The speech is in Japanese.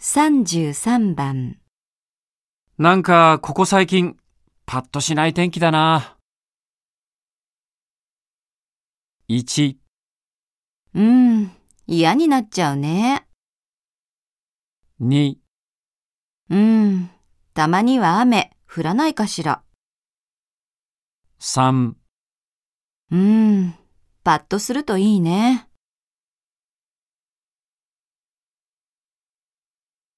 33番なんか、ここ最近、パッとしない天気だな。1、うん嫌になっちゃうね2、うんたまには雨降らないかしら3。うんパッとするといいね